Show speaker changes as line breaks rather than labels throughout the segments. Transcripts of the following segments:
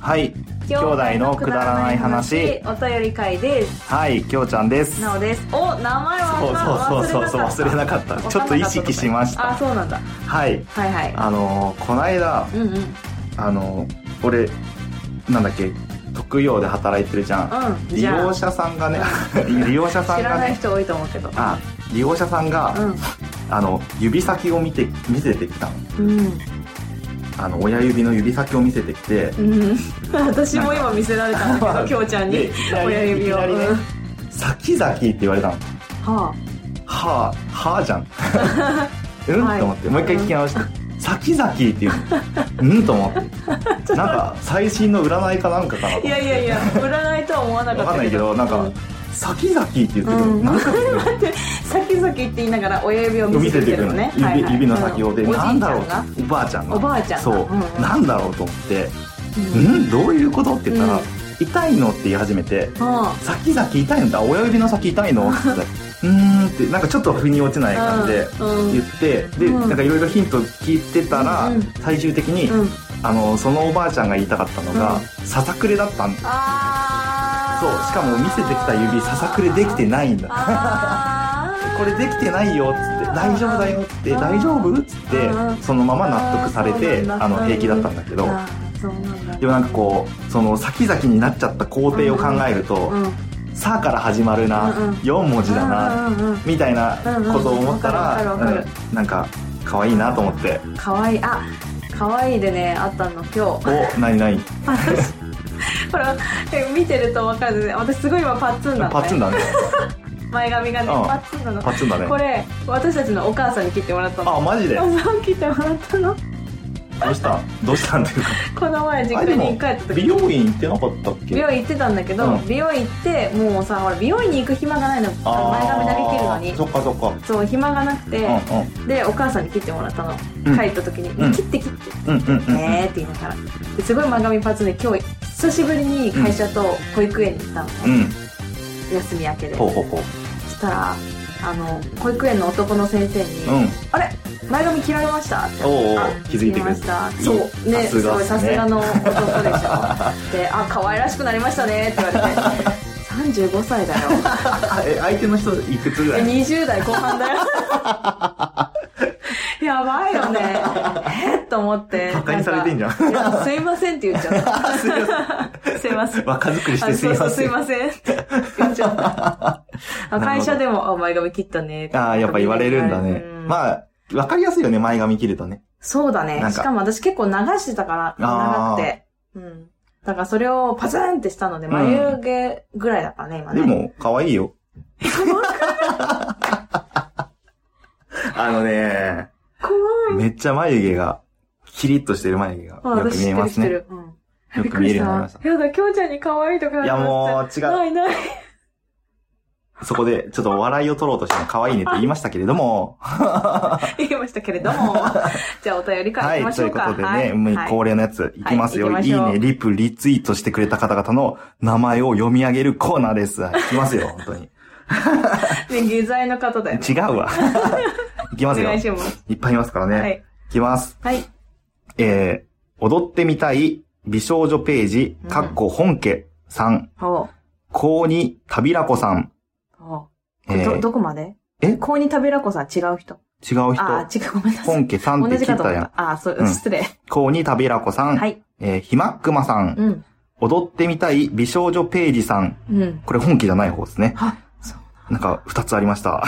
はい兄弟のくだらない話
お便り会です
はいきょうちゃんです
なおですお名前
そ
は
うそうそうそう忘れな
かっ
かった
た
ちょっと意識しました
あそうなんだ
はい
はいはい
あのーこの間
うんうんうん
あのー俺なんだっけ特養で働いてるじゃん利
じゃあ
用者さんがね 利用者さん
知ら
が
ない
ね
人多いと思うけど
あ利用者さんが、あの指先を見て見せてきたの
うんうん
あの親指の指先を見せてきて
うん、 私も今見せられたんだけどきょうちゃんに
でいきなり
親指
い
を、
きなりね
うん
先々って言われたの
は
はあはあじゃ んうん、
はい
と思ってもう一回聞き直して「先々」って言 うのうんと思ってなんか最新の占いかなんかかなと思っ
あ、い
て
やいやいや占いとは思わなか
わ
った
かんないけどなんか
うん
「先々」って言ってくる、
うん
なんか
先々って言いながら親指を見
見
せ
せ
て
て
く
くる
るの
の
ね
ね、
はいはい
指指の先をで、
うんおじいちゃ
なんん
が
だろうとおばあちゃんが
おばあちゃんが
そう、
うんうん
なんだろうと思って「
うん
うんどういうこと?」って言ったら「
うん
痛いの?」って言い始めて
うん
「先々痛いの?」ってあ親指の先痛い の?」って言ったら「うーん」ってなんかちょっと腑に落ちない感じで。
うん
言ってで、
うん
なんかいろいろヒント聞いてたら、
うん
最終的に、
うん
あのそのおばあちゃんが言いたかったのが、
うん
ささくれだったんだ
あ
そうしかも見せてきた指ささくれできて
い
ないんだ これできてないよっつって大丈夫だよって
あー
大丈夫っつっ
あ
て
ー
そのまま納得され
あー
て
そうなんだ
あの平気だったんだけど
そうなんだ
でもなんかこうその先々になっちゃった工程を考えると
うん
「さ」から始まるな、
うんうん
4文字だな、
うんうんうん
みたいなことを思ったら、
うんうんわかるわかるわか
うんなんか可愛いなと思って
かわいいあかわいいでねあったの 今日
お何何
これえ見てると分かるね私すごい今パッツンなの、ね、
パッツンだね
前髪がね
うん
パッツンなの
パッツンだね
これ私たちのお母さんに切ってもらったの
あマジで
おそう切ってもらったの
どうしたどうしたんっていうか
この前実
あ
家
で
に
も
帰った時
美容院行ってなかったっけ
美容院行ってたんだけど、
うん
美容院行ってもうさほら美容院に行く暇がないの
あ
前
ー
髪だけ切るのに
そっかそっか
そう暇がなくて、
う
でお母さんに切ってもらったの、
うん
帰った時に、
うん
切って切って
んうんうんうんうん
ねーって言いながらですごい前髪パーツで今日久しぶりに会社と保育園に行ったの
う
ね、
ん
休み明けで
ほう
そ
ほうほう
したらあの保育園の男の先生に「
うん
あれ前髪切られました?」って
おうおう
あ
気づいてくれ
切
て
りました
いい
そうね
さ
す
すが
ご
っすね
いさすがの男でしょで「あ可愛らしくなりましたね」って言われて「35歳だ よ
あえ相手の人いくつぐら
え
い
20代後半だよ」 やばいよねえっと思って
バカにされてんじゃん
いやすいませんって言っちゃった
あすいません
すいません。
若作りし
あ
てすいま
そうそうす
せ
い
ん
ませんって言っちゃった。あ会社でも、あ、前髪切ったね。
ああやっぱ言われるんだね
うん
まあわかりやすいよね前髪切るとね
そうだね
な。ん
し
か
かも私結構流してたから、長
あー
くて。うん。だからそれをパツンってしたので、
うん
眉毛ぐらいだからね、今ね。
でも可愛いよ あのね
怖い。
めっちゃ眉毛がキリッとしてる眉毛
あ
がよく
私
見え
知って
ま
る
す
知って
ね
る。うん
よ
びっ
く
く
見
り
え
し
るようになり
た
まし。
やだ、きょうちゃんに可愛いとか
たいやもう違う
ないない。
そこで、ちょっとお笑いを取ろうとして、可愛いねって言いましたけれど も、
言いましたけれども。 じゃあお便りから
はい
きま、し
とい
ょ
う
う
こ
か。
とでね、もう
はい
恒例のやつ、いきますよ。
はい
い、
行
い
きましょう
ね、リプ、リツイートしてくれた方々の名前を読み上げるコーナー です。はいいきますよ、本当に。
ね下剤の方だよね。
違う わ。いきま
お
すよ。
願い
い
します。
っぱいいますからね。
はいい。
きます。
はい。
えー、踊ってみたい美少女ページ、かっこ本家さん、
ほ
高2たびらこさん、
う。ほ
え
う。ど、
ー、
どこまで
え
高に食べらこさん違う
違う
人。あ
人、
ー、違う、ごめんなさい。
本家さんっ
同
て
じ
聞
か
い
と思
た
っ
やん
た。。あー、そう
う、ん
失礼。
高2たびらこさん、
はい。
えー、ひまっくまさん、
うん。
踊ってみたい美少女ページさん。
うん。
これ本気じゃない方ですね。
は、そう。
なんか二つありました。
へ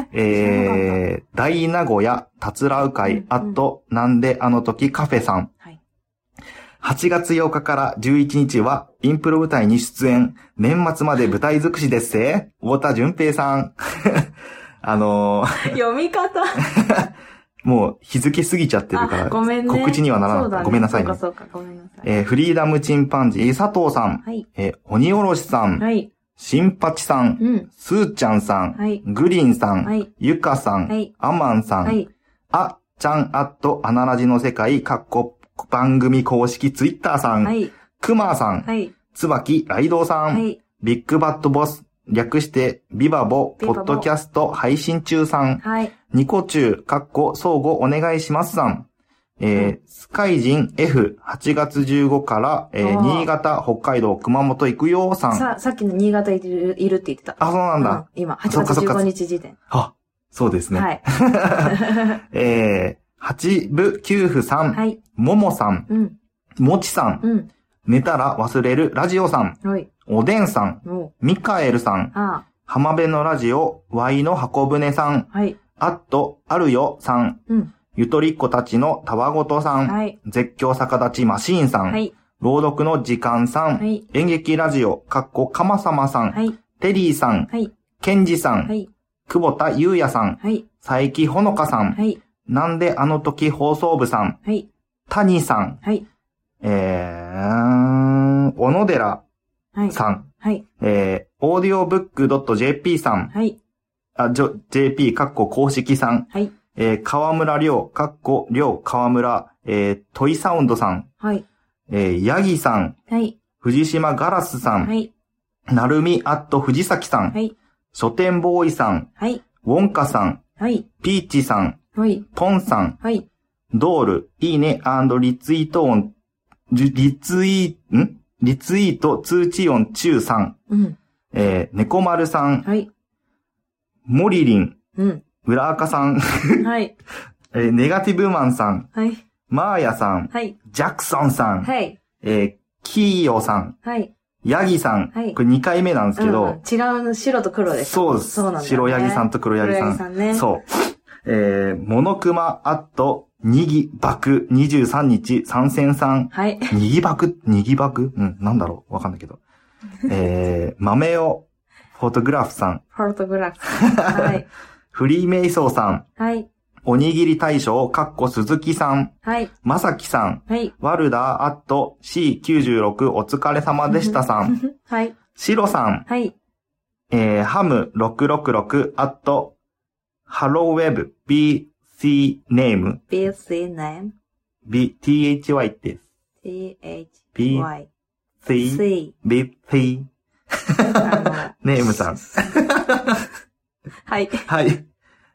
ー
えー、大名古屋、たつらう
う
会
ん、
あと、なんであの時カフェさん。
はい。
8月8日から11日は、インプロ舞台に出演。年末まで舞台尽くしですせ。太田純平さん。 あのー、
読み方。
もう日付過ぎちゃってるか
あ
ら、
ごめんね。
告知にはならなかっ
そう
た
だね
ごめんなさいね
そうか、そうか、ごめんなさい。
えーフリーダムチンパンジー佐藤さん、
はい。
えー鬼おろしさん、
はい。
新八さん、
うん。
すーちゃんさん、
はい
グリーンさん、
はい
ゆかさん、
はい
あまんさん、
はい。
あちゃんあっとアナラジの世界、かっこ番組公式ツイッターさん、
はい。
くまさん、
はい。
つばきライドウさん、
はい。
ビッグバッドボス、略してビバボ、
ビバ
ポ
ボ
ッドキャスト配信中さん、
はい。
ニコ中、かっこ相互お願いしますさん、えー、スカイジン F8 月15から、えー
あー
新潟、北海道、熊本行くよーさん。
さ、さっきの新潟いるいるって言ってた。
あ、そうなんだ。
うん今、8
そっか
月
そっか
15日時点。
あ、そうですね。
はい。
えー、八部九夫さん、
はい。
ももさん、
うん。
もちさん、
うん。
寝たら忘れるラジオさん、
はい。
おでんさん、
も
ミカエルさん
う、、あ
浜辺のラジオ、ワイの箱舟さん、
あ、はい。
あっと、あるよさん、
うん。
ゆとりっ子たちのたわごとさん、
はい
絶叫逆立ちマシーンさん、
はい。
朗読の時間さん、
はい
演劇ラジオ、かっこかまさまさん、
はい。
テリーさん、
はい。
ケンジさん、
はい。
久保田優也さん、
はい。
佐伯ほのかさん、
はい。
なんであの時放送部さん、
はい。
谷さん、
はい。
えー、小野寺
はい。
さん、
はい。
えー、audiobook.jp さん、
はい。
あ、じょ JP、かっこ公式さん、
はい。
えー、河村亮、かっこ亮河村、えー、トイサウンドさん、
はい。
えー、ヤギさん、
はい。
藤島ガラスさん、
はい。
なるみアット藤崎さん、
はい。
書店ボーイさん、
はい。
ウォンカさん、
はい。
ピーチさん、
はい。
ポンさん、
はい。
ドール、いいね、リツイート音、リリツイー、んリツイート通知音中さん、
うん。
えー、猫丸さん、
はい。
モリリン、
うん。
裏赤さん、
はい。
えー、ネガティブマンさん、
はい。
マーヤさん、
はい。
ジャクソンさん、
はい。
えー、キーヨさん、
はい。
ヤギさん、
はい
これ2回目なんですけど、
うん、違う白と黒です。
そうです。
そうなんだ、ね。
白ヤギさんと黒ヤギさん。
黒ヤギさんね
そう。えー、モノクマアット、ニギバク、23日、参戦さん。
はい。
ニギバク、ニギバクうん、なんだろうわかんないけど。えー、マメオ、フォトグラフさん、
フォルトグラフさん。はい。
フリーメイソーさん、
はい。
おにぎり大将、かっこ鈴木さん、
はい。
まさきさん、
はい。
ワルダーアット C96 お疲れ様でしたさん、
はい。
シロさん、
はい。
えー、ハム666アット、ハローウェブ BC ネーム、
B, C, name,
B、THY って、
C, H,
B
Y,
C、
C.
BC
あ
ネーム さん。
のはい。
はい。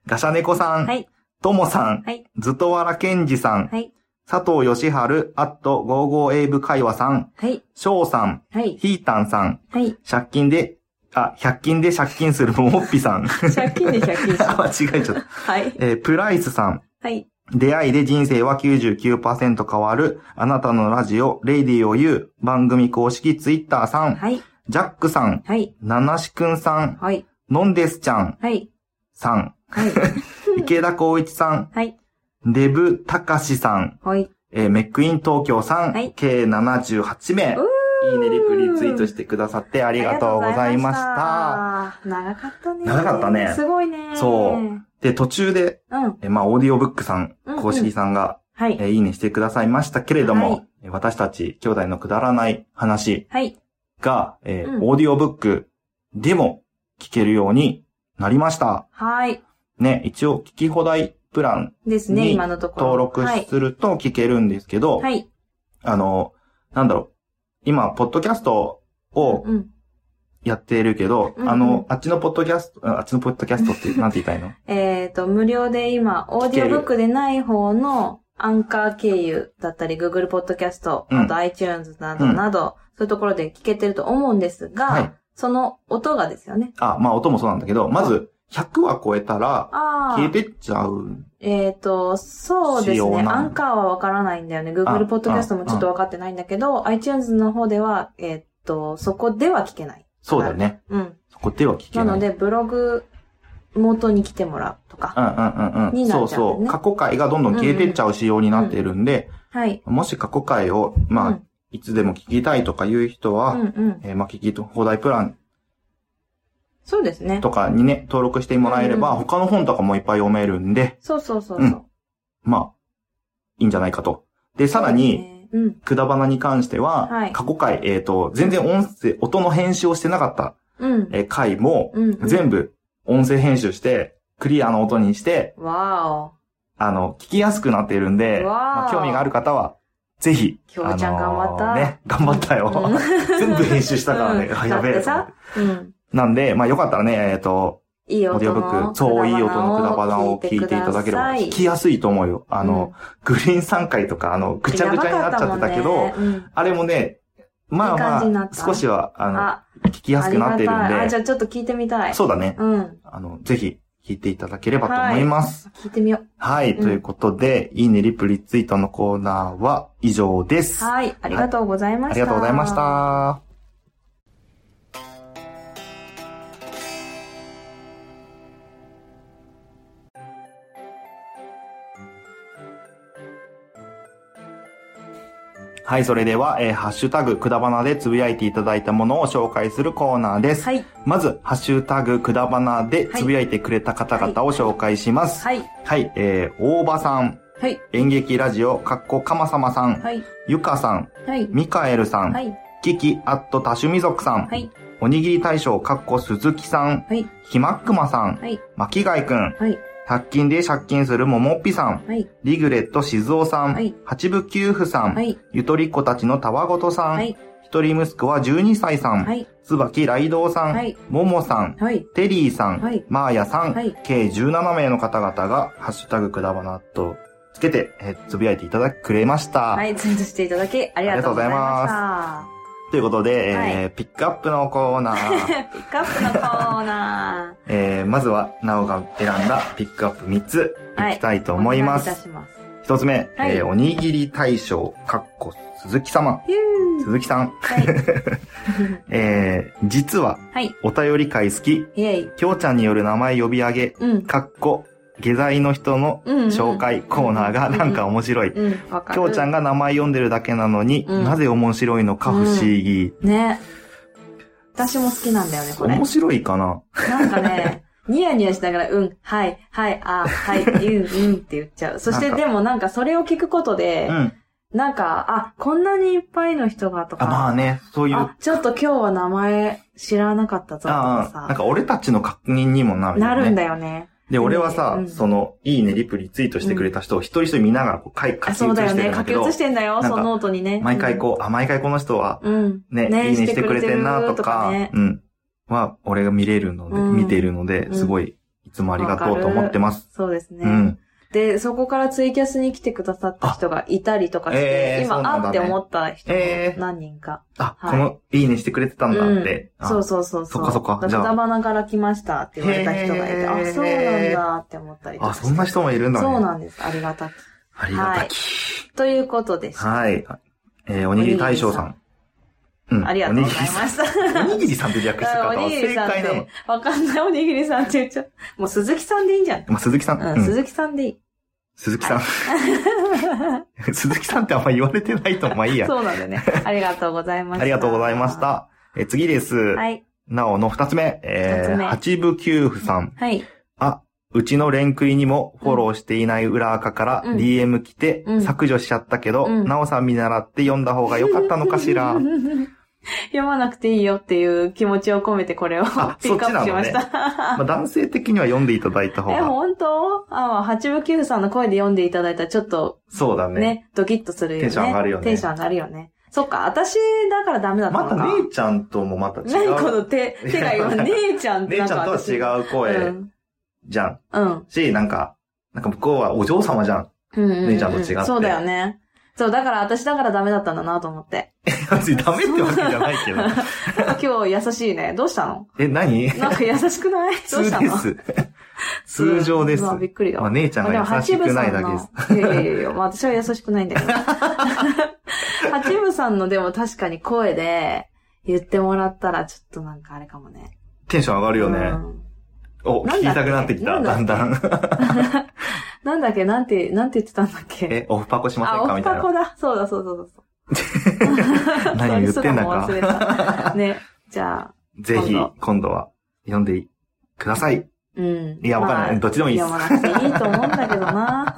ガシャネコさん、
はい。
ともさん、
はい。
ずとわらけんじさん、
はい。
佐藤義春アット55英武会話さん、
はい。
しょうさん、
はい。
ひーたんさん、
はい。
借金で、あ、100均で借金するもっぴさん。
借金で借金し
あ、
た。
間違えちゃった。
はい。
えープライスさん。
はい。
出会いで人生は99%変わる。あなたのラジオ、レディを言う。番組公式ツイッターさん。
はい。
ジャックさん。
はい。
ナナシくんさん。
はい。
ノンデスちゃん
はい。
さん。
はい。
池田光一さん。
はい。
デブたかしさん。
はい。
えーメックイン東京さん。
はい
計78名。
う
いいね、リプリツイートしてくださってあ
あ
りがとうございました。
りがとうございました。長かったね。
長かったね
すごいね。
そう
うん。
で、途中で、えーまあ、オーディオブックさん
うんう、ん
公式さんが、
はい
え。ーいいねしてくださいましたけれども、
はい
えー私たち兄弟のくだらない話
はい。
が、えー
うん
オーディオブックでも聞けるようになりました。
はい。
ね、一応聞き放題プラン
ですね、
に
今のところ。
登録
はい。
すると聞けるんですけど、
はい。
あの、なんだろう、今、ポッドキャストを
うん。
やってるけど、
うん
あ
うんう
の
ん、
あっちのポッドキャスト、ああっちのポッドキャスト ってなんて言いたいの
えっ、と、無料で今、オーディオブックでない方のアンカー経由だったり、Google ポッドキャスト、
うん
あと iTunes など
うん
など、そういうところで聞けてると思うんですが、
はい
その音がですよね。
あ、まあ音もそうなんだけど、まず、100は超えたら、
あ
消え
あ。
てっちゃう。
えっ、と、そうです
仕様
ね。
な
アンカーはわからないんだよね。
あ
Google ポッドキャストもちょっとわかってないんだけど、iTunes の方では、えっ、と、そこでは聞けない。
そうだよね。
うん。
そこでは聞けな。
ないので、ブログ元に来てもらうと
う
か。
んうんうんうん。
にな
そう
っちゃう
そ
よね
う。過去回がどんどん消えてっちゃう仕様になってるんで、
はい。
もし過去回を、まあ、
うん
いつでも聞きたいとかいう人
う
は、
んうん。
えーまあ、聞き放題プラン
そうですね。
とかにね、登録してもらえれば、
うんうん
他の本とかもいっぱい読めるんで、
そうそうそうそう。
うんまあ、いいんじゃないかと。で、さらに、
そうですね、
くだばなに関しては、
はい
過去回、えっ、と、全然音声、音の編集をしてなかった、
うん。うん。
えー回も、
うんうん
全部音声編集して、クリアな音にして、
わ
あの、聞きやすくなっているんで、
うわー
まあ、興味がある方は、ぜひ。
きょうちゃん
あのー
頑張った
ね、頑張ったよ。
う
全部編集したからね。
うん
あやべえ
だってさお。うん。
なんで、まあよかったらね、えっ、と、
いい
オーディ
音
オブ
の
ック、そう、いい音のくだばなを聞いていただければ、聞きやすいと思うよ。あの、グリーン3回とか、あの、ぐちゃぐちゃになっちゃってたけど、
やばかったもんねうん
あれもね、まあ
いい感じにな
ま
っ
あ、
た
少しは、あの、
あ、
聞きやすくなっている
ありがたいあ、
ん
じゃ
で、
あちょっと聞いてみたい。
そうだね。
うん。
あの、ぜひ、聞いていただければと思います。
聞いてみよう。
はい、
うん
ということで、いいね、リプ、リツイートのコーナーは以上です。
はい。ありがとうございま
あ
した。
りがとうございまし。た。はい、それでは、えーハッシュタグ、くだばなでつぶやいていただいたものを紹介するコーナーです。
はい。
まず、ハッシュタグ、くだばなでつぶやいてくれた方々を紹介します。
はい。
はい、えー、大場さん、
はい。
演劇ラジオ、かっこかまさまさん、
はい。
ゆかさん、
はい。
ミカエルさん、
はい。
キキアット多趣味族さん、
はい。
おにぎり大将かっこ鈴木さん、
はい。
ひまっくまさん、
はい。
巻貝くん、
はい。
100均で借金するももっぴさん、
はい。
リグレット静雄さん、
はい
八部九夫さん、
はい。
ゆとりっ子たちのたわごとさん、
はい。
一人息子は12歳さん、
はい。
椿雷道さん、
はい
ももさん、
はい。
テリーさん、
はい
マーヤさん、
はい
計17名の方々が、ハッシュタグくだばなとつけて、えーつぶやいていただきくれました。
はい。ツイートしていただき、ありがとうございま
ということで、えー
は
ピックアップのコーナ ー。
した。ピックアップのコーナ
えー、まずは、なおが選んだピックアップ3つ
はい
いきたいと
ー。
思います。
お願いいたします。
1つ目、
はい
えーおにぎり大将、かっこ鈴木様、
ヒュー
鈴木さん、
はい。
えー、実は、
はい。
お便り会好き、
イェイ。
きょうちゃんによる名前呼び上げ、
うん。
かっこ、下剤の人の
うんうん
紹介コーナーがなんか面白い。
うん。わかる。
きょうちゃんが名前読んでるだけなのに、
うん
なぜ面白いのか不思議。
ね。私も好きなんだよね、これ
面。白いかな
なんかね、ニヤニヤしながら、うん、はい、はい、あ、はい、うん、うんって言っちゃう。そし
な
て
んか
でもなんかそれを聞くことで
う、ん。
なんか、あ、こんなにいっぱいの人がとか、
あ、まあね、そういう、
あちょっと今日は名前知らなかったぞとか
ああ、なん
さ、
か俺たちの確認にもなるよね。
なるんだよね。
で、俺はさ、
うん
その、いいね、リプリツイートしてくれた人を一人一人見ながら、こう、書い書
あ
き
そう
写
だよ
してる
ね。
ん
書
だけ
き
ど
写し、てんだよ、
なんか
そのノートにね。
毎回こう、あ、毎回この人は、
うん。うん。
ね、いいねしてくれてんな、
る
とか、
ね
うん。は、俺が見れるので、
うん
見ているので、
うん
すごい、いつもありがとうと思ってます。
そうですね。
うん。
で、そこからツイキャスに来てくださった人がいたりとかし
あ
て、
えーそうな
今、
んだね
あって思った人も
えー
何人か。
あ、
はい
この、いいねしてくれてたんだって。
うん
あ
そうそうそう。
そっかそっか
だ
じ
か
ゃあ
ら、バナから来ましたって言われた人がい
へ
て、
ー
あ、そうなんだって思ったりとか
あ、
して。
そんな人もいるんだね。
そうなんです。ありがたき。
ありがたき。
ということでした。
はい。えー、おにぎり大将さん。うん。
ありがとうございました。
おにぎりさん。おにぎりさんって略してる方
お
は
にぎ
正
りさんっ
解なの
て。、わかんないおにぎりさんって言っちゃう。もう鈴木さんでいいんじゃん。
まあ、鈴木さん。
うん、
うん
鈴木さんでいい。
鈴木さん。 鈴木さんってあんま言われてないと、まあいいや。
そうなんだよね。ありがとうございました。
ありがとうございまし。た。え次です。
はい。
なおの二つ目。え
二つ
ー、
目
八部九夫さん。
はい。
あ、うちの連クリにもフォローしていない裏垢から
うん
DM 来て
うん
削除しちゃったけど、
うん
なおさん見習って読んだ方が良かったのかしら。
読まなくていいよっていう気持ちを込めてこれをピ
あ
ックアップしまし
そ
た。
まあ、男性的には読んでいただいた方
え、
が。
本当あ、八分九分さんの声で読んでいただいたらちょっと
そうだ
ね、
ね。
ドキッとするよね。
テンション上がるよね
テンション上がるよね。そっか、私だからダメだった
ま
の
た
か。
姉ちゃんともまた違
何この
う。
手、手が今、姉ちゃんって
姉
なん
ちゃ
か
んと
私
は違う声じゃん。
うん。うん。
し、なんか、なんか向こうはお嬢様じゃん。
うんうんうん
姉ちゃんと違って
そうだよね。そう、だから私だからダメだったんだなと思って。
別にダメってわけじゃないけ ど。
なんか今日優しいね。どうしたの
え、何
なんか優し くないどう
普通
した
で
の
す。 通常です。
まあびっくりだ
まあ、
わ。
姉ちゃんが優しくないだけです。
す。いやいやいや いや、まあ私は優しくないんだけど。八部さんのでも確かに声で言ってもらったらちょっとなんかあれかもね。
テンション上がるよね。
うん
お、
な
聞
ん
き
だっけ
たくなってきた、だ
なんん
だ
だ
ん。
なんだっけなんて、なんて言ってたんだっ け
え、オフパコしませ
あ、
ん
オ
かみ
フ
たい
パ
な。
コだ。そうだ、そうそうそうそ う。
何言ってんだか
それすらも忘れた。ね。じゃあ、
ぜひ
今度、
今度は、読んでください。
うん。
いや、わかんない。どっちでもいいです。
読まなくていいと思うんだけ どな。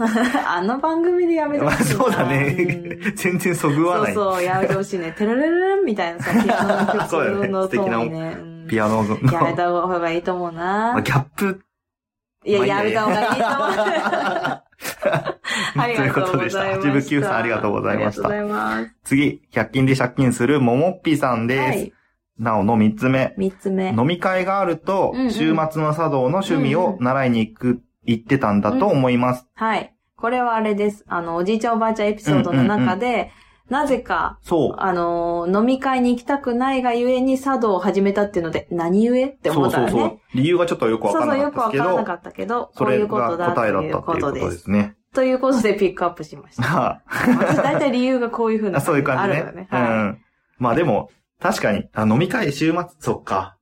あの番組でやめて
ま
ほ
あ、
しいな。
そうだね
うん。
全然そぐわない。
そうそう、やめてほしいね。テルルルンみたいなさ、ピアノの
そうだよね
曲の
素敵
音
な
をね。うん
ピアノの、
やめた方がいいと思う
まあ
な。
ギャップ。
いや、
まあ
や
いい
め
ね
た方がいいと 思う。あり
とい
が
う
と
こ
う
と
ご
でした。
ざい
八
ました。
部九さんありがとうございまし
あ
た。
りがとうございます。
次、100均で借金するももっぴーさんです。
はい。
なおの3つ目。
三つ目。
飲み会があると
うんう、ん
週末の茶道の趣味を習いに行く、行ってたんだと思います。
はい。これはあれです。あの、おじいちゃんおばあちゃんエピソードの中で、なぜか、
そう。
あのー飲み会に行きたくないがゆえに茶道を始めたっていうので、何故って思ったらね。
そうそうそう。理由がちょっとよくわ
そう
か
そ
ら
う、
な
よく
かった
わ
で
か
す
ら
け
な
ど
か、ったけど、
そ
こうい
れ
うこ
が
とだ
答えだ
と
っ
い
た
う
って
こ
いう
と
こ
で。
とですすね。
ということでピックアップしました。
は
私大体理由がこういうふう
あ、
な。
そういう感じ
ある
ね。
よね。
う
はい。
ん。まあでも、確かに、あ飲み会、週末、そっか。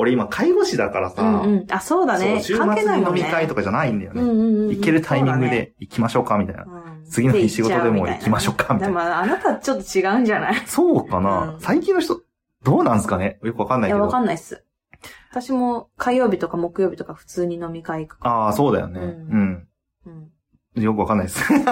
俺今、介護士だからさ、
うんうん。あ、そうだね
そう。週
関係
末
ない
に
も
飲
んね。
み会とかじゃないんだよね。
うんうんうん
行けるタイミング。
そうだね
で行きましょうか、みたいな。
うん
次の日仕事でも行きましょうかみたいな
でもあなたちょっと違うんじゃない
そうかな、
うん
最近の人、どうなんすかねよくわかんないけ
いや、
ど。
わかんないっす。私も火曜日とか木曜日とか普通に飲み会行くから。
ああ、そうだよね。う。
うんうん
よくわかんないです。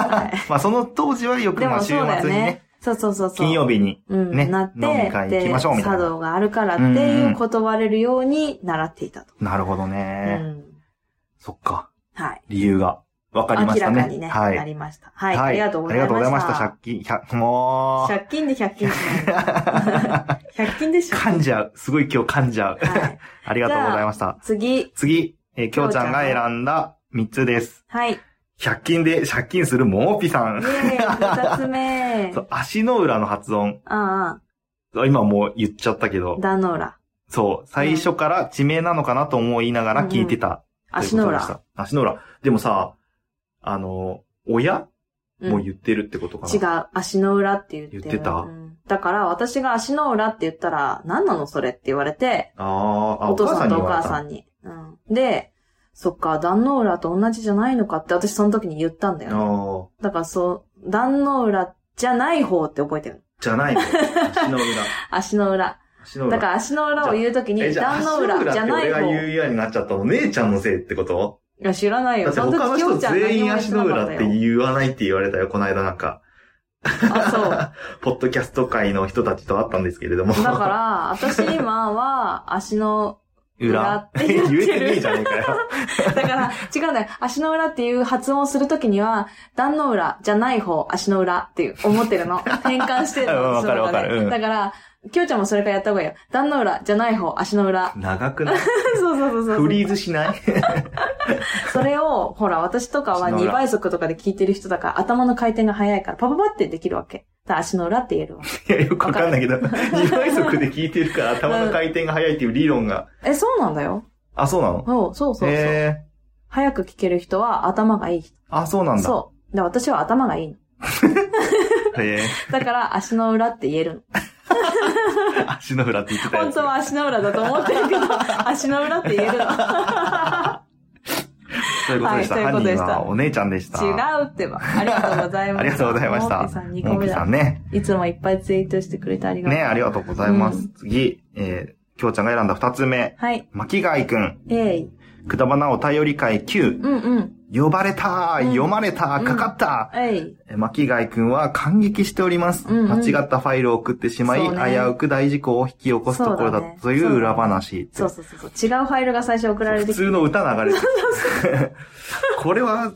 まあその当時はよく、
で
まあ
も
週
そうだよ
末にね
ね、。そうそうそうそう。
金曜日に。
うん
ね
なって、
飲み会行きましょうみたいな
で茶道があるからっていう断れるように習っていたと。
なるほど
う
ね。
ん。
そっか。
はい。
理由がわかりま
明
した
ら
ね。
かにね、
は。
ないりました。はい。ありがとうございまし
ありがと
た。
うございました。借金、100、もう。
借金で100均しない100均でしょ。
噛んじゃう。すごい今日噛んじゃう。
はい。
ありがとうございました。
次。
次、えー、きょうちゃんが選んだ3つです。
はい。イ
100均で借金するモーピさ
ェ
ん。
ーイ、二つ目。
そう足の裏の発音。
あ
今もう言っちゃったけ
あ、
ど。
壇の裏。
そう。最初から地名なのかなと思いながら聞いてた。
足の
ということ
裏。
でした足の裏。でもさ、あの、親
うん
も言ってるってことかな。
違う、足の裏って言ってる。
言ってた
うんだから、私が足の裏って言ったら、何なのそれって言われて、
あーあ、
お父さんとお母
お母
さ
さん
んに。うんで、そっか、壇の裏と同じじゃないのかって私その時に言ったんだ
に
よ
言われた。
ね。
ああ。
だからそう、壇の裏じゃない方って覚えてる。
じゃないの。足の裏。
足の裏。
足の裏。
だから足の裏を言うとき
え
に、
じゃあ
壇の裏じゃない
足の裏って俺が言
方。
うようになっちゃったの、姉ちゃんのせいってこと
いや、知らない
だ
よ。
って他の
時
人
京ちゃん
全
何
員
も言
足
て
の
なか
裏
た
っ
よ
て言わないって言われたよ、この間なんか。
あ、そう。
ポッドキャスト界の人たちと会ったんですけれども。
だから、私今は足の、 裏
裏。
って言ってる
えねえじゃねえかよ。
だから、違うんだよ。足の裏っていう発音をするときには、壇の裏じゃない方、足の裏っていう思ってるの。変換してる
うん
の。
わかる
そうだね
わかるうん
だから、きょうちゃんもそれからやった方がいいよ。壇の裏じゃない方、足の裏。
長くない
そうそうそうそう。
フリーズしない
それを、ほら、私とかは
足の裏
2倍速とかで聞いてる人だから、頭の回転が速いから、パパパってできるわけ。だから足の裏って言えるわ。
いや、 よくわかんないけど、2倍速で聞いてるから頭の回転が速いっていう理論が。
え、そうなんだよ。
あ、そうなの
そうそうそうそう。
へえ。
早く聞ける人は頭がいい人。
あ、そうなんだ。
そう。で、私は頭がいいの。
へえ。
だから、足の裏って言 えるの。
足の裏って言ってたや
本
つ。
当は足の裏だと思ってるけ ど、足の裏って言えるの。
ということでした。
はいという
犯
ことで
人
した
はお姉ちゃんでした。
違うってば。ありがとうございました。
ありがとうございました
モンピさん2個
モン
目
ピさ
だ
ん。ね。
いつもいっぱいツイートしてくれてありがとう。
ね、ありがとうございます。
う
次、えー、きょうちゃんが選んだ二つ目。
はい。
巻貝くん。
えい。
くだばなお便り会9。
うんうん。
呼ばれたー、
うん
読まれたー、
うん
かかった
えい。
ー、えー巻貝くんは感激しております。
うんうん
間違ったファイルを送ってしまい、
そうね
危うく大事故を引き起こすところだ
そうだね
という裏話って。
そうそうそうそう。違うファイルが最初送られ
普
てきて。
通の歌流れてる。 これは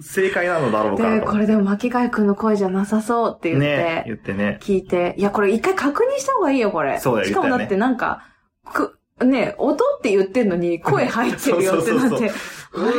正解なのだろうか
で、
なと
こ。れでも巻貝くんの声じゃなさそうって言って、
ね、言ってね。
聞いて、いや、これ一回確認した方がいいよ、これ。
そうだよ
しかもだ
言
っ
った
てなんか、く、ね、音って言ってんのに声入ってるよってな
そう
っ
そう
て、
うん、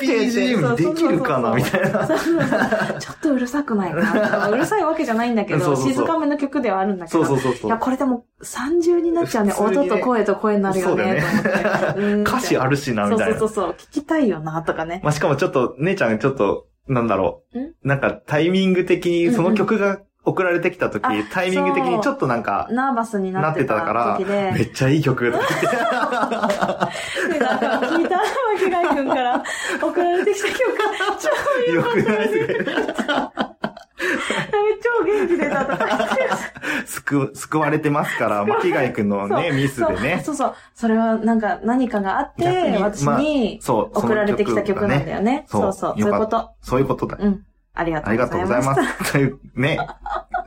PGM にできるかなみたいな。
そうそうそうちょっとうるさくないかな。うるさいわけじゃないんだけど、
そうそうそう
静かめの曲ではあるんだけ
そ
ど。
うそうそうそ
いや、
う。
これでも30になっちゃうね。
普通に
音
ね
と声と声になるよね。
そうだ
と思って
歌詞あるしな、
そ
み
う
たい
そ
な
う。そうそう。聞きたいよな、とかね。
まあ、しかもちょっと、姉ちゃんちょっと、なんだろう。なんかタイミング的
うん
に、
うん
その曲が送られてきた時、
あ
タイミング的にちょっとなんか、
ナーバスにな
な
っ
って
て
た
た
から、
時で。
めっちゃいい曲だって。
で、なんか聞いた、巻貝くんから送られてきた曲、超
よくないですか
超元気出たとか言って
救、救われてますから、巻貝くんのね、ミスでね。
そうそうそう。それはなんか何かがあって、
逆に
私に
そう、その
送られてきた曲なんだ
ね。
よね。
そ
そううそう。そう
よ
いう
か
こ
った
と。
そういうことだ。
うん。ありが
ありがと
と
う
う
ご
ご
ざ
ざ
い
い
ま
ます。
す。という、ね。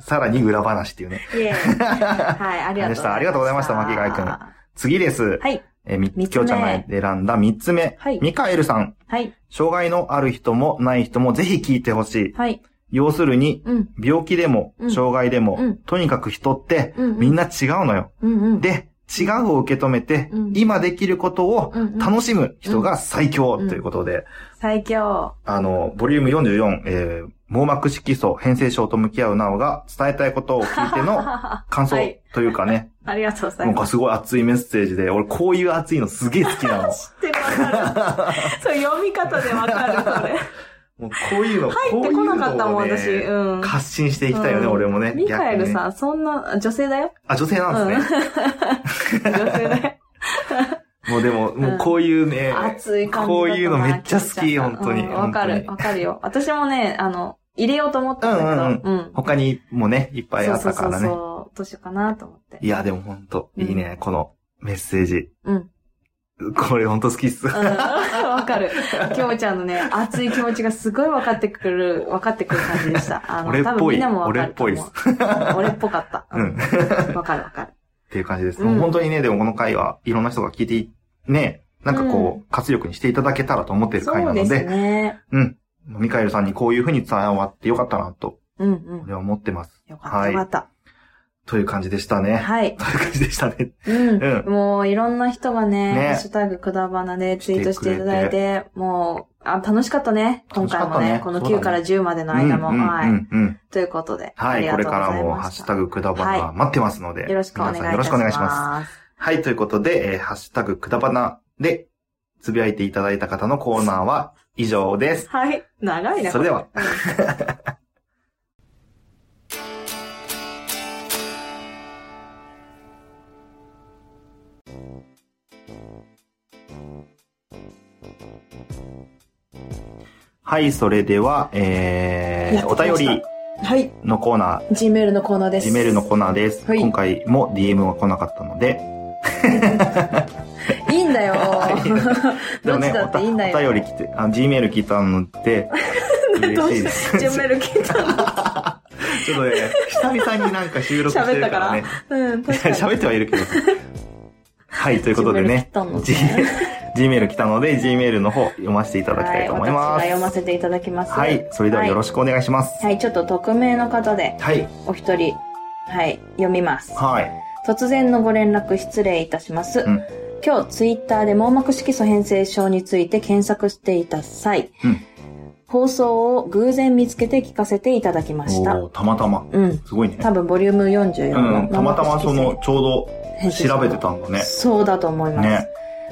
さらに裏話っていうね。
イエーイはい、ありがとうございました。
ありがとうございました巻貝くん
は
次です。
い。
えー、み、
三つ目
きょうちゃんが選んだ三つ目。
はい
ミカエルさん。
はい。
障害のある人もない人もぜひ聞いてほしい。
はい。
要するに、
うん。
病気でも
う、ん
障害でも、
うん
とにかく人って、
うんうん
みんな違うのよ。
うんうん。
で、違うを受け止めて、
うん
今できることを
うんうん
楽しむ人が最強
うん
ということで、
最強。
あの、ボリューム44、えー、網膜色素変性症と向き合うなおが伝えたいことを聞いての
あ
感想
はい
というかね、
りがとうござ
ないんか
ます。
すごい熱いメッセージで、俺こういう熱いのすげえ好きなの。
知ってるわ かる。そう、読み方でわかる、それ。
もうこういうの、
入ってこなかったもん、
こう
私。
いうのをね
うん。
発信していきたいよね、
うん
俺もね。
ミカエル
逆にね
さん、そんな、女性だよ。
あ、女性なんですね。
女性だよ。
もうでも、もうこういうね、
熱い感じだった
こ
な
ういうのめっちゃ好き
うん
本当に
わか
本当
る
に、
わかるよ。私もね、あの、入れようと思ったんだけど、うん。
他にもね、いっぱいあったから
そうそうそう
ね。
そう、どうしようかなと思って。
いや、でもほんと、
うん
いいね、このメッセージ。
うん。
これほんと好きっす。
うん、 わかる。きょうちゃんのね、熱い気持ちがすごい分かってくる、分かってくる感じでした。あの、
俺っぽい
多分みんなも分かると思う。
俺っ
うん俺っぽかった。
うん。っ
わかるわかる。
ていう感じです。
うん
本当にね、でもこの回はいろんな人が聞いてい、ね、なんかこう、活力にしていただけたらと思っている回
そ
な
うで
の
す
で、
ね。
ミカエルさんにこういう風に伝わってよかったなと、
うんうん。
俺は思ってます。
よかったよかった。
という感じでしたね。
は い。
という感じで したね。
うん。もういろんな人がね、
ね
ハッシュタグくだばなでツイートしていただ
し
い
て
て、もう、あ、楽しかったね。今回も
楽しか
ね、
ったね
この
そうだ
9
ね
から10までの間も。
うんうん
は
う
い。
んうん
ということで、あ
は
り
い、
が
ことれ
うご
か
ざ
ら
い
も
ま
ハッ
し
シュ
た。
タグくだばなは待ってますので、
よろしくお願いい
皆さ
たし
んよろしくお
ます。
願いします。はい、ということで、えーハッシュタグくだばなで、つぶやいていただいた方のコーナーは以上です。
はい。長いな。
それでは。はい、それでは、え
や
ー、
っ
お
てきました
便り
はい。
のコーナー、
Gmail のコーナーです。
Gmail のコーナーです。
はい
今回も DM は来なかったので、
いいんだよ。どっちだ
お
ったていいんだよ。
お便り来て、あ Gmail 来たので、
どう
嬉しいです。
して Gmail 聞いたの
ちょっとね、久々になんか収録してるからね。
うん、確かに。
喋ってはいる けど。はい、ということでね。
Gmail 来
G
たのね
Gmail 来たので、Gmail の方読ませていただきたいと思い
は
ま
私が
す。
読ませていただきます。
はい、それではよろ
し
しくお願いします。
はい、ちょっと匿名の方で、
はい、
お一人、はい、読みます。
はい、
突然のご連絡失礼いたします。
うん
今日ツイッターで網膜色素変性症について検索していた際、
うん
放送を偶然見つけて聞かせていただきまし
お
た。
ーたまたま。
うん。
すごいね。
多分ボリューム44
う
の、
ん、たまたまその、ちょうど調べてたんだね。
そうだと思います。
ね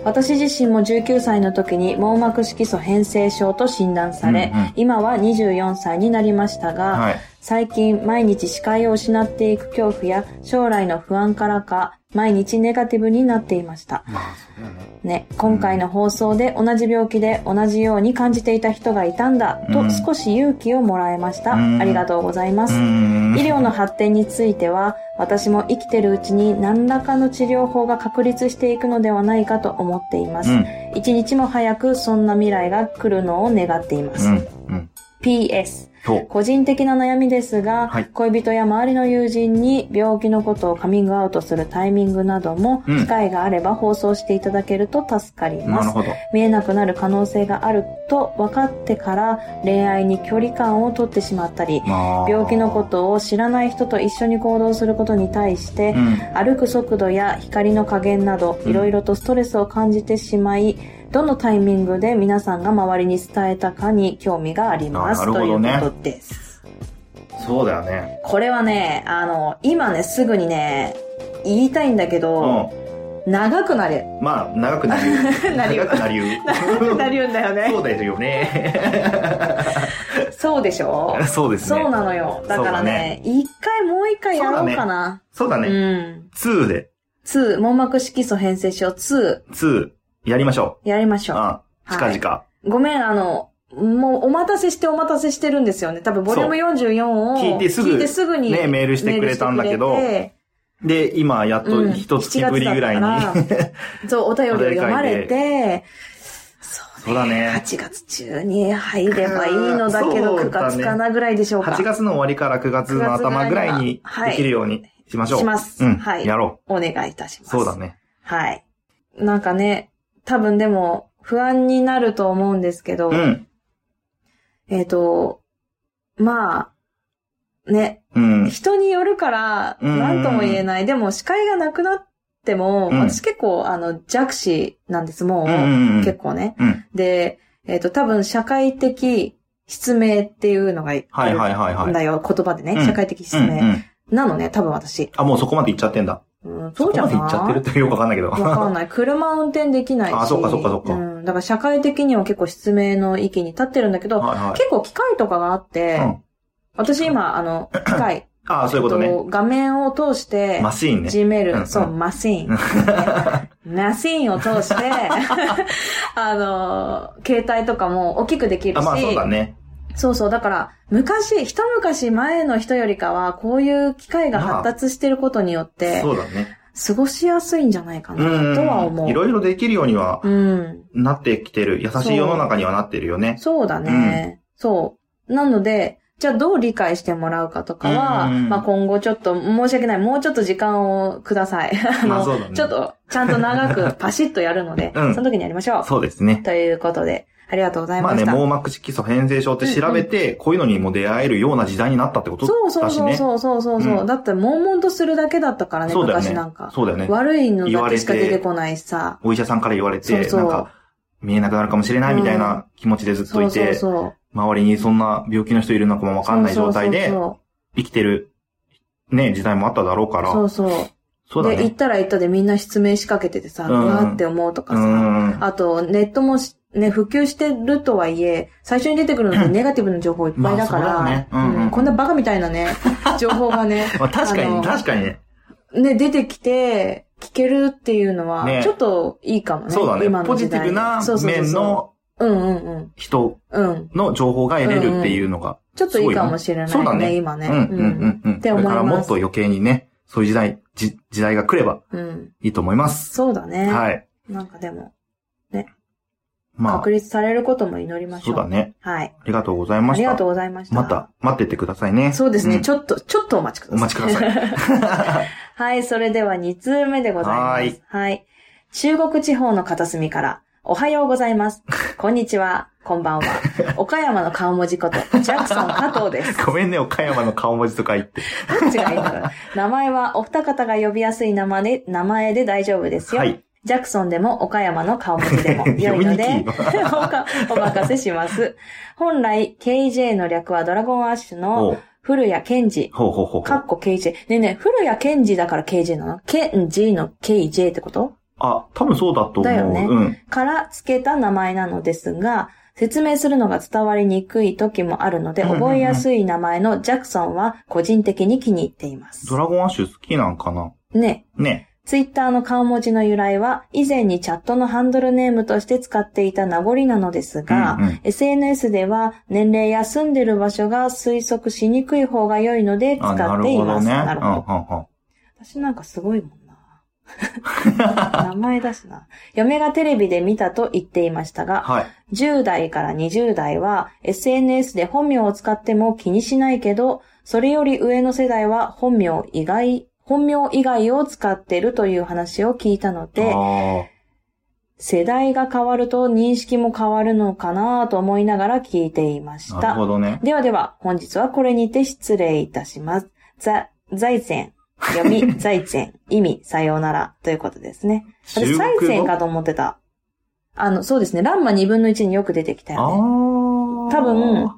私自身も19歳の時に網膜色素変性症と診断され、
うんうん
今は24歳になりましたが、
はい。
最近毎日視界を失っていく恐怖や将来の不安からか、毎日ネガティブになっていました。
まあ、そうだよね。
ね、今回の放送で同じ病気で同じように感じていた人がいたんだ
う
と
ん
少し勇気をもらえました。
うん
ありがとうございます。
ん
医療の発展については私も生きてるうちに何らかの治療法が確立していくのではないかと思っています、
うん、
一日も早くそんな未来が来るのを願っています、
うん、うん。
PS
そう。
個人的な悩みですが、
はい
恋人や周りの友人に病気のことをカミングアウトするタイミングなども、
うん
機会があれば放送していただけると助かり
な
ま
る
す
ほど。
見えなくなる可能性があると分かってから恋愛に距離感をとってしまったり
まあ。
病気のことを知らない人と一緒に行動することに対して、
うん。
歩く速度や光の加減など
うん
いろいろとストレスを感じてしまい、どのタイミングで皆さんが周りに伝えたかに興味があります
あなるほどね
ということです
そうだよね。
これはねあの今ねすぐにね言いたいんだけど、
う
長くなる
ん。まあ、長くなる。
なる
長
よ
くなるよ。
長くなるんだよ
そ
ね
うだよね。
そうでしょ
そうですね
そう。なのよだからね一、回もう一回やろうかな
そうだ
う
ね。
ん
2で、
2、網膜色素変性症2、
2、やりましょ
やりまし
う。
ょ
あ近々。
う。ごめん、あの、もうお待たせしてお待たせしてるんですよね。多分、ボリューム44を
聞いてすぐ
聞いてすぐに
ねメールしてくれたんだけど
メールして
で、今、やっ
くれてう
と
ん
一月ぶりぐらい
7
に。
月だったからそう、お便りを読まれて、
そうだね。
8月中に入ればいいのだけ ど、
うん
9月かなぐらいでしょうか。
8月の終わりから9月の頭ぐらいに
はい
できるようにしましょう。
します
うん。
はい
やろ
お願いいたし
う。
ます。
そうだね。
はい。なんかね、多分でも、不安になると思うんですけど、
うん。
えっ、と、まあ、ね、
うん。
人によるから、
うん
なんとも言えない。でも、視界がなくなっても、
うん
私結構、あの、弱視なんです、もう。
うんうんうん
結構ね。
うん。
で、えっ、と、多分、社会的失明っていうのがある
はいはいはいはい
んだよ、言葉でね。
うん
社会的失
うんう
明。
ん。
なのね、多分私。
あ、もうそこまで行っちゃってんだ。
うん、そうじゃ
そ
ない
こまで行っちゃってるってよくわかんないけど。
わかんない。車運転できないし。
あそっかそっかそっか
うん。だから社会的には結構失明の域に立ってるんだけど、
はいはい。
結構機械とかがあって、
うん
私今、あの、機械。
あ あ、そういうこと
えっ
ね。
画面を通して、
マシーンね。
G メー
うんう
ル、
ん
そう、マ シーン。マシーンを通して、あの、携帯とかも大きくできる
あ、
し、
まあそうだね。
そうそう、だから、昔、一昔前の人よりかは、こういう機械が発達してることによって、
そうだね。
過ごしやすいんじゃないか
うん。
な、とは思う。
いろいろできるようには
うん。
なってきてる。優しい世の中にはなってるよね。
そうだね。そう。なので、じゃあどう理解してもらうかとかは、
うんうんうん
まあ今後ちょっと、申し訳ない、もうちょっと時間をください。あ
まあ
の、
そうだね。
ちょっ。と、ちゃんと長 くパシッとやるので、
うん
その時にやりましょう。
そうですね。
ということで、ありがとうござい
まあ
ま
ね、
した。
網膜色素変性症って調べて、こういうのにも出会えるような時代になったってこと
そうそ
だ
う
し
そう
ね。そう
そうそうそうそう、
うん
だって、悶々とするだけだったからね、
だよ
昔
ね
なんか。。
そうだよね。
悪いの
言われ
だけ
て
しか出てこないしさ。
お医者さんから言われて、
そうそう
なんか、見えなくなるかもしれないみたいな気持ちでずっと
そ
いう
そう
て、
そう。
周りにそんな病気の人いるのかもわかんない状態で
そうそう
生きてる、ね、時代もあっただろうから、
そうそうそう
そうだ
で、行
ね
っ。たら行ったでみんな失明しかけててさ、
うん
うわーって思うとか
う
さ。
ん。
あと、ネットもしね、普及してるとはいえ、最初に出てくるのってネガティブな情報いっぱいだ
まあそ
か
うだよ
ら
ねうんうん、
うんこんなバカみたい なね、情報がね、
まあ確か
あ
に、
の
確かにね。
ね、出てきて、聞けるっていうの
ね
は、ちょっといいかもね。
そうだね。
今
ポ
の
ジ
時
ティ
代
ブな
そうそうそう
面の
うんうん
人
うん。うん。
の情報が得れるっていうのが。
ちょっといいかもしれないね、
すごいねそうだね
今
う
ね。
んうんうんうん。
っ
こ
て
れ
思い
からも
ま
っ
す
と。余計にね、そういう時代、じ時代が来れば
うん。
いいと思います。
そうだね。
はい。
なんかでも、
ま
確立されることも祈りま
あ、
しょ
そう
う。
だね。
はい。
ありがとうござい
あ
まし
り
た。
がとうございました。
また、待っててくださいね。
そうですね、
ん
ちょっと、ちょっとお待ちく
お
ださい。
待ちください。
はい、それでは2通目でございます。
は
は
ーい
い中国地方の片隅から、おはようござ います。こんにちは。こんばんは。岡山の顔文字こと、ジャクソン加藤です。
ごめんね、岡山の顔文字とか言って。
どっちがいいんだろう。名前はお二方が呼びやすい名前で、名前で大丈夫ですよ。
はい。
ジャクソンでも岡山の顔文字で も良
読
い
み
の
にく
で、
いの。
おかお任せします。本来、KJ の略はドラゴンアッシュの
ほう
古谷健二。
ほうほうほうほ
か
う。
っこ KJ。ねえねえ、古谷健二だから KJ なのケンジの KJ ってこと
あ、多分そうだと思う。
だよね
うん。
から付けた名前なのですが、説明するのが伝わりにくい時もあるので、
うんうんうん
覚えやすい名前のジャクソンは個人的に気に入っています。
ドラゴンアッシュ好きなんかな
ね。
ね。
ツイッターの顔文字の由来は、以前にチャットのハンドルネームとして使っていた名残なのですが、
うんうん
SNS では年齢や住んでる場所が推測しにくい方が良いので使
あ、な
っ
る
てい
ほ
ま
ど
す。
ね。
なるほど。
う
私なんかすごいもんな。 名前だしな。嫁がテレビで見たと言っていました
んうんうん。
が、
はい。
10代から20代は SNS で本名を使っても気にしないけど、それより上の世代は本名以外、本名以外を使ってるという話を聞いたので、
あ
世代が変わると認識も変わるのかなと思いながら聞いていまし
あ、なる
た
ほ。どね。
ではでは、本日はこれにて失礼いたします。ざ、財前。読 み、財前。意味、さようなら。ということですね。
中
私、財
国
前
語
かと思ってた。あの、そうですね。ランマ2分の1によく出てきた
ああ
よね。。多分、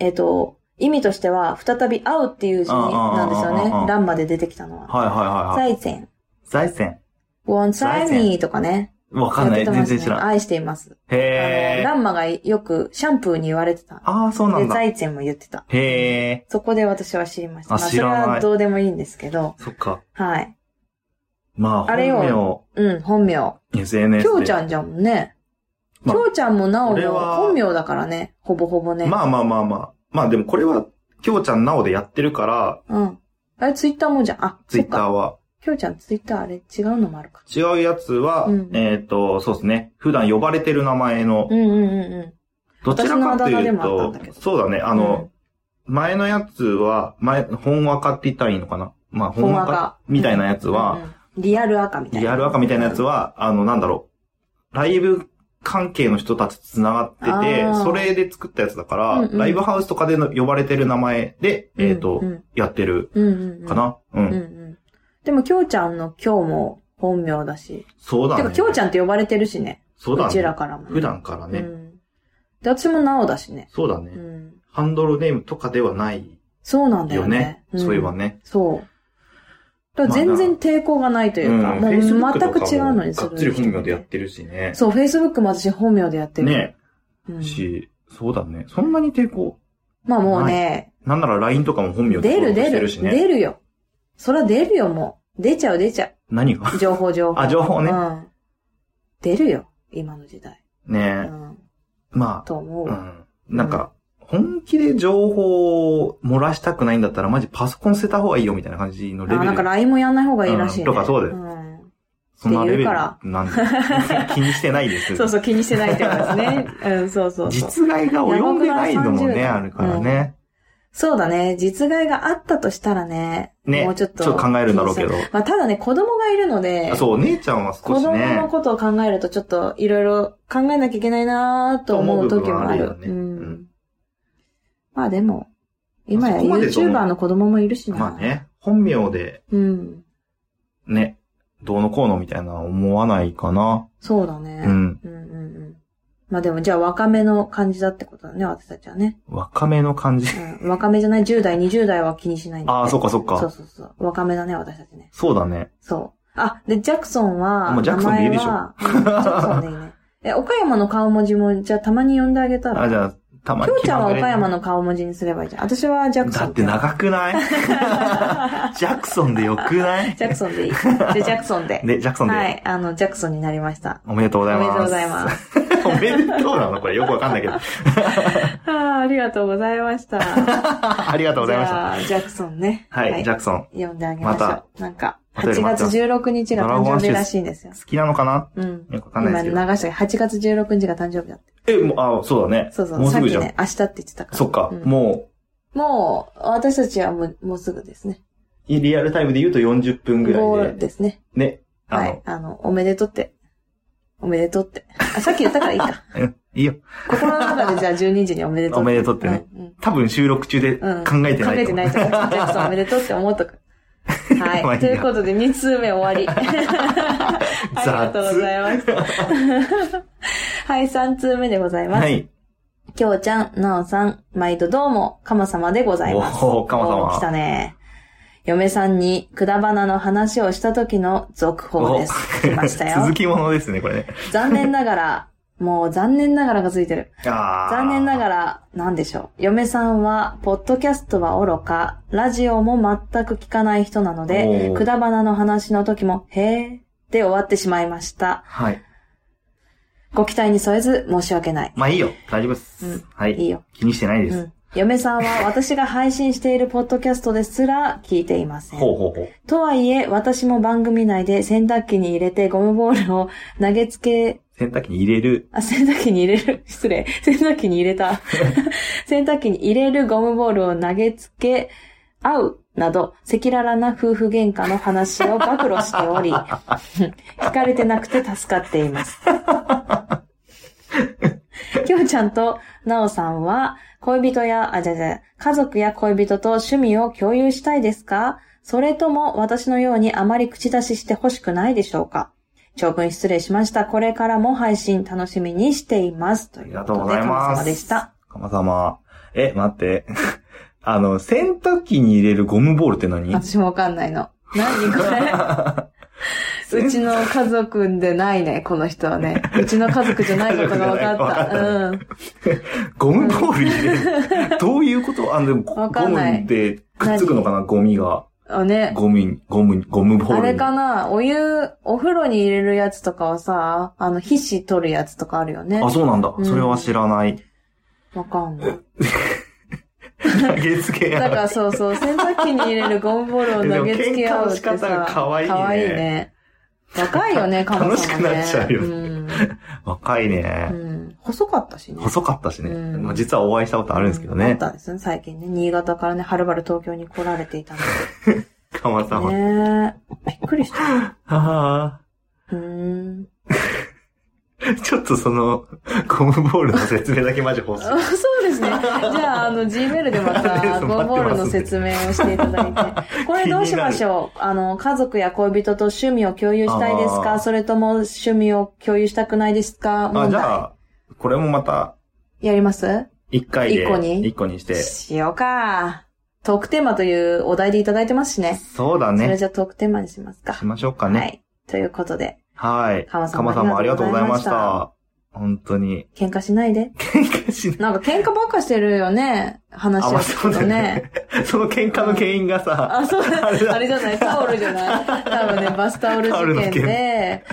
えっ、と、意味としては、再び会うっていう字になんですよ
ああああああ
ね。ランマで出てきたのは。
はいはいはいはい。
財前。
財前。
one time me とかね。
わかんない。
やってま
全
すね
然知らん。
愛しています。あの、
へー
ランマがよくシャンプーに言われてた。
ああ、そうな
で、
んだ。
財前も言ってた。
へえ。
そこで私は知りました。
あ
まあ、
知
それ
らない
はどうでもいいんですけど。
そっか。
はい。
まあ、
あれ
本
ようん、本名。
名、SNS
き
で。
ょうちゃんじゃんね。き
まあ
ょうちゃんもなお
俺
も
は
本名だからね。ほぼほぼね。
まあまあまあまあ。まあでもこれは、きょうちゃんなおでやってるから、
うん。あれ、ツイッターもじゃん。あ、
ツ
そ
イ
っ
ッター
か。
は。
きょうちゃんツイッターあれ違うのもあるか。
違うやつは、
うん
えっ、と、そうですね。普段呼ばれてる名前の
う、んうんうんう
どちらかと
私のあだ名
い
で
う
もあ
と
ったんだけ、ど
そうだね。あ
ん。
の、前のやつは、前、本若って言ったらいいのかなまあ、
うん、
本若みたいなやつは、
うんうんうんリアル赤みたいな。
リアル赤みたいなやつ
は、
は、あの、なんだろう。ライブ関係の人たちと繋がってて
あ、ー
それで作ったやつだから、
うんうん
ライブハウスとかでの呼ばれてる名前で、えっ、と、
うん
やってる
うんうん。
かな、うん、
うんうん。でも、きょうちゃんの今日も本名だし。
そうだ
て
ね。
か、きょうちゃんって呼ばれてるしね。
そうだ
うち
ね
ら。からも。
普段からね。
うん。で、私もなおだしね。
そうだね、
うん。
ハンドルネームとかではない
そうなんだよ
よ
ね。
ね。
ん
そういえば。ね。
そう。だから全然抵抗がないというか、
ん
もう全
Facebook とか
く違うのにす
が
る。
っつり本名でやってるしね。
そう、Facebook も私本名でやってる。
ね
うん
し、そうだね。そんなに抵抗。
まあもうね、
なんなら LINE とかも本名で
出る
登録
出
して
る、
るしね。
出るよ。そら出るよ、もう。出ちゃう出ちゃ
何が
う。情報情報。
あ、情報ね
う。ん。出るよ、今の時代。う
ね
ん。
ま
と思う。
あ、うん。なんか、本気で情報を漏らしたくないんだったら、マジパソコン捨てた方がいいよみたいな感じのレ
あ、
ベ
なんか
ル。
LINE もやんない方がいいらしい、ね
うんとかそうだよ
ん
そんなレベル
って言うから
なんで気に してないです。
そうそう、気にしてないってことですね。うん、そうそうそう。
実害が及んでないのも
山
ね、
倉さん
あるからね。
そうだね。実害があったとしたらね。
ね。
もうちょっと。
考えるんだろうけど。
まあ、ただね、子供がいるので
あ、そう、お姉ちゃんは
子
少し
供
ね
の。ことを考えるとちょっといろいろ考えなきゃいけないなと思う時もある。
と思う部分はあるよね
う
うんん。
まあでも、今や
そこまでその
YouTuber の子供もいるしな。
まあ。ね、本名で、
うん。
ね、どうのこうのみたいな思わないかな。
そうだね。
うん。
うんうんうん。まあでも、じゃあ若めの感じだってことだね、私たちはね。
若めの感じ。
うん。若めじゃない、10代、20代は気にしないんだって
ああ、そっかそっ
そ
か
う。そうそう。若めだね、私たちね。
そうだね。
そう。あ、で、ジャクソンは、
もうジャクソンでいいでしょ
名前はうんジャクソンでいいね。え、岡山の顔文字も、じゃあたまに呼んであげたら。
あ、じゃあ、たま
き
に
ょうちゃんは岡山
の。
の顔文字にすればいいじゃん。私はジャクソン。
だって長くない ジャクソンでよくない
ジャクソン でいい。じゃあジャクソンで。
で、ジャクソン
は
で。
い。あの、ジャクソンになりました。
おめでとうご
お
ざい
めで
ます。
とうござい
す。
ます。
おめでとうなのこれよくわかんないけど。
ああ、ありがとうございました。あ
ありがとうございました。
ジャクソンね。
はい、ジャクソン。
読んであげましょ
ま
う。なんか、
お便り
8
待って
月
ます
16日が誕生日らしいんですよ
好。きなのかな
うん。
よくわかんないで
今
す
流
けど。
したけど、8月16日が誕生日だって。
え、もう、あ、そうだね。
そうそう。
もうす
さっ
ぐ
き
じゃん
ね、。明日って言ってたから。
そっか、
うん
も
もう、私たちはもう、もうすぐですね。
う、リアルタイムで言うと40分ぐ
ゴ
ら
ー
い
ル
で、
ですね。
ね、あ
は
の、
い。あの、おめでとうって。おめでとうって。あ、さっき言ったからい いか。
うんいいよ。
心の中でじゃあ12時におめでとう
おめでとうってね。
うんうん
多分収録中で考
うん
えてないと思う。
考えてないと思う。ジャクソンおめでとうって思っとく。
まあ
はい
い
い。
や
ということで、2通目終わり。 ありがとうございました。 はい、3通目でございま す。
はい。
きょうちゃん、なおさん、毎度どうも、かまさまでございます。
おーかまさま
おー来たね。嫁さんに、くだばなの話をした時の続報です。来ましたよ
続。きものですね、これね。
残念ながら、もう残念ながらがついてる。
あー
残念ながら、なんでしょう。嫁さんは、ポッドキャストはおろか、ラジオも全く聞かない人なので
お、ー
くだばなの話の時も、へーで終わってしまいました。
はい。
ご期待に添えず申し訳ない。
まあいいよ。大丈夫です。
うん
はい
いいよ。
気にしてないで
う
す。
ん。嫁さんは私が配信しているポッドキャストですら聞いていません。
ほうほうほう。
とはいえ、私も番組内で洗濯機に入れてゴムボールを投げつけ
洗濯機に入れる。
あ、洗濯機に入れる。失礼。洗濯機に入れた。洗濯機に入れるゴムボールを投げつけ、合う。など、赤裸々な夫婦喧嘩の話を暴露しており、 聞かれてなくて助かっています。 きょうちゃんとなおさんは、恋人や、あ、じゃじゃ、家族や恋人と趣味を共有したいですかそれとも私のようにあまり口出ししてほしくないでしょうか長文失礼しました。これからも配信楽しみにしています。と
あ
い
り
う
が
ことと
うご
で、
ざい
かま
ま
さ
す。
までした。。
かまさま。え、待って。 あの、洗濯機に入れるゴムボールって何
私もわかんないの。何これ うちの家族でないね、この人はね。うちの家族じゃないことが分
家
かっ
族じゃ
た。
な
うん。
ゴムボール入れ る。どういうことあ、でも、ゴ
わかんない
ムでくっつくのかなゴミが。
あね。
ゴミ、ゴム、ゴムボール
あ
に。
れかなお湯、お風呂に入れるやつとかはさ、あの、皮脂取るやつとかあるよね
あ、。そうなんだ
う。ん
それは知ら ない。
わかんない。
投げつけ
だか
や。
らそうそう、洗濯機に入れるゴムボールを投げつけ合うって
で
さ。
も喧嘩の仕方が可愛いね
可愛いね。若いよね、かも
楽
し
し
れ
くなっちゃうよね
ん
若いうね。
ん。細かったしね。
細かったしね。
うん
まあ実はお会いしたことあるんですけど
うんあ
ね
っ。たんですね、最近ね。新潟からね、はるばる東京に来られていたの
かまさま。
で。
は
ねえびっくりした。
あ
うーん。
ちょっとその、ゴムボールの説明だけマジ放送。
あそう ですね。じゃあ、あの、Gmail でま
ね
た、
そう
ゴーボール
待ってま
の
す
説明をしていただいて。これどうしましょうあの、家族や恋人と趣味を共有したいです
あ
か
ー
それとも趣味を共有したくないですか
あ、
問
じゃ
題。
あ、これもまた、
やります
一回で。
一個に
一個にして。
しようか。トークテーマというお題でいただいてますしね。
そうだ
それ
ね。
じゃあトークテーマにしますか。
しましょうか
は
ね。
い。ということで、
はい。
かまさん
かまさんもありがとうございまし
ありがとう
た。本当に。
喧嘩しないで。
喧嘩しない。
なんか喧嘩ばっかしてるよね。話
あ、
を
まあ、
聞
そう
く
だ
と
よ
ね。
ね。その喧嘩の原因がさ、
あ、そう、あ
あれだ
れじゃない、タオルじゃない。多分ね、バスタオル事件で、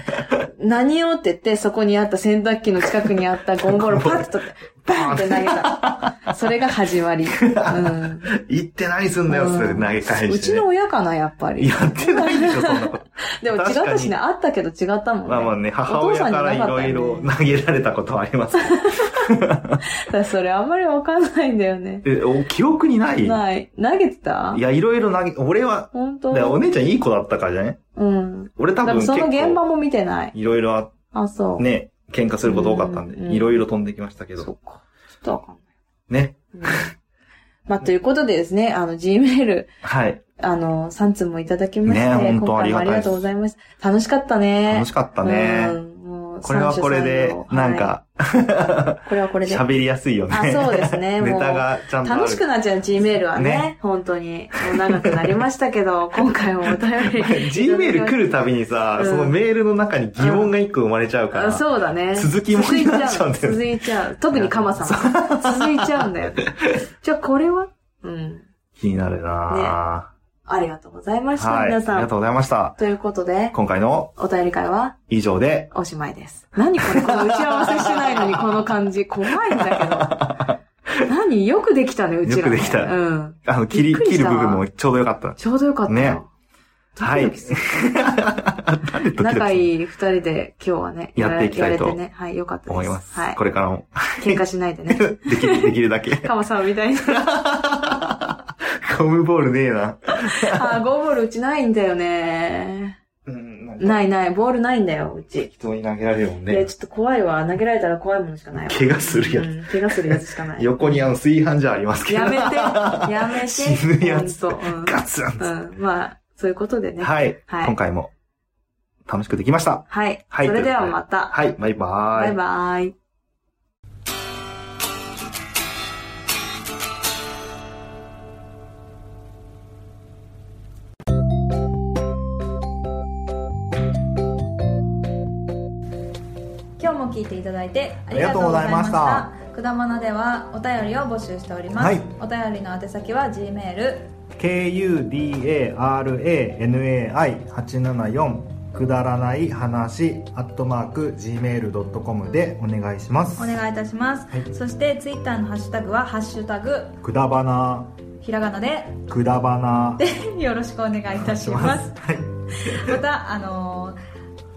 何をって言って、そこにあった洗濯機の近くにあったゴムボールパッと取って、バンって投げた。それが始まり。うん。
行って何すんだよって投げ返して、ね
うちの親かな、やっぱり。
やってないでしょ、そんなこと。
でも違ったし
確かに
ね、あったけど違ったもんね。
まあまあね、母親からいろいろ投げられたことはありますけど。
だからそれあんまりわかんないんだよね。
え、お記憶にない
ない。投げてた
いや、いろいろ投げ、俺は、
本
だからお
当
姉ちゃんいい子だったからじゃね
うん。
俺多分
多分
結
その現場
構、
も見てない。
いろいろあっ
あ、そう。
ね、喧嘩すること多かったん
うんうん
で、いろいろ飛んできましたけ
そ
ど。
っか。ちょっとわかんない。
ね。
うんまあ、ということでですね、あの、Gmail、
はい。
あの、3通もいただきまして、
ね本当
今回もあ
あ
り
り
が
がたいです
とうございました。楽しかったね。
楽しかったね。
うんもう
これはこれで
三、者三様
なんか、
はいこれはこれで。
喋りやすいよね。
あそうで すね
ネタがちゃんとある。
楽しくなっちゃう、Gmail はね。
ね
本当に。もう長くなりました けど、今回もお便りいただきました。
G メール来るたびにさ、
うん
そのメールの中に疑問が一個生まれちゃうか
あ
ら、
そうだね。
続きもになっちゃうんだよね
続いちゃう。続いちゃう特にカマさんは。続いちゃうんだよね。じゃあ、これはうん。
気になるな
ありがとうございま
ぁ
した、
はい。あ
皆
り
さ
が
ん。
とうございました。
ということで、
今回の
お便り会は
以上で、
おしまいです。何これこの打ち合わせしてないのにこの感じ。怖いんだけど。何よくできたね、うちら、ね。
よくできた
うん。
あの、切り、
びっくり
切
し
る
た
部分もちょうどよかった。
ちょうどよかったよ。
ねはい
ドキドキする。
なんでドキドキ
仲
い
いい二人で今日はね、
やっていきたいと
やれてね。はい、よかったです。
思います。
はい
こ。れからも、
喧嘩しないでね。
できる、できるだけ。
カマさんみたいな。
ゴムボールねえな。
あー、ゴーボールうちないんだよね。
うん、なんか
ないない、ボールないんだよ、うち。
適当に投げられるもん
いや、
ね。
ちょっと怖いわ。投げられたら怖いものしかないわ。
怪我するや
う
つ。
ん、怪我するやつしかない。
横にあの、炊飯ジャーありますけど。
やめて、やめて。
死ぬやつ
ほんとう ん
ガツン
うん。まあ、そういうことでね。はい。
はい。今回も、楽しくできました。はい
それで
というこ
は
とで
また。
はい、バイバーイ。
バイバイ。今日も聞いていただいてありがとうございました。
あ
くだまなではお便りを募集しております。
はい
お便りの宛先は G メール
kudaranai874 くだらない話アットマーク gmail.com でお願いします
お願いいたします。
はい
そしてツイッターのハッシュタグはハッシュタグ
くだばな
ひらがなで
くだばな
でよろしくお願いいたします
はい
またあのー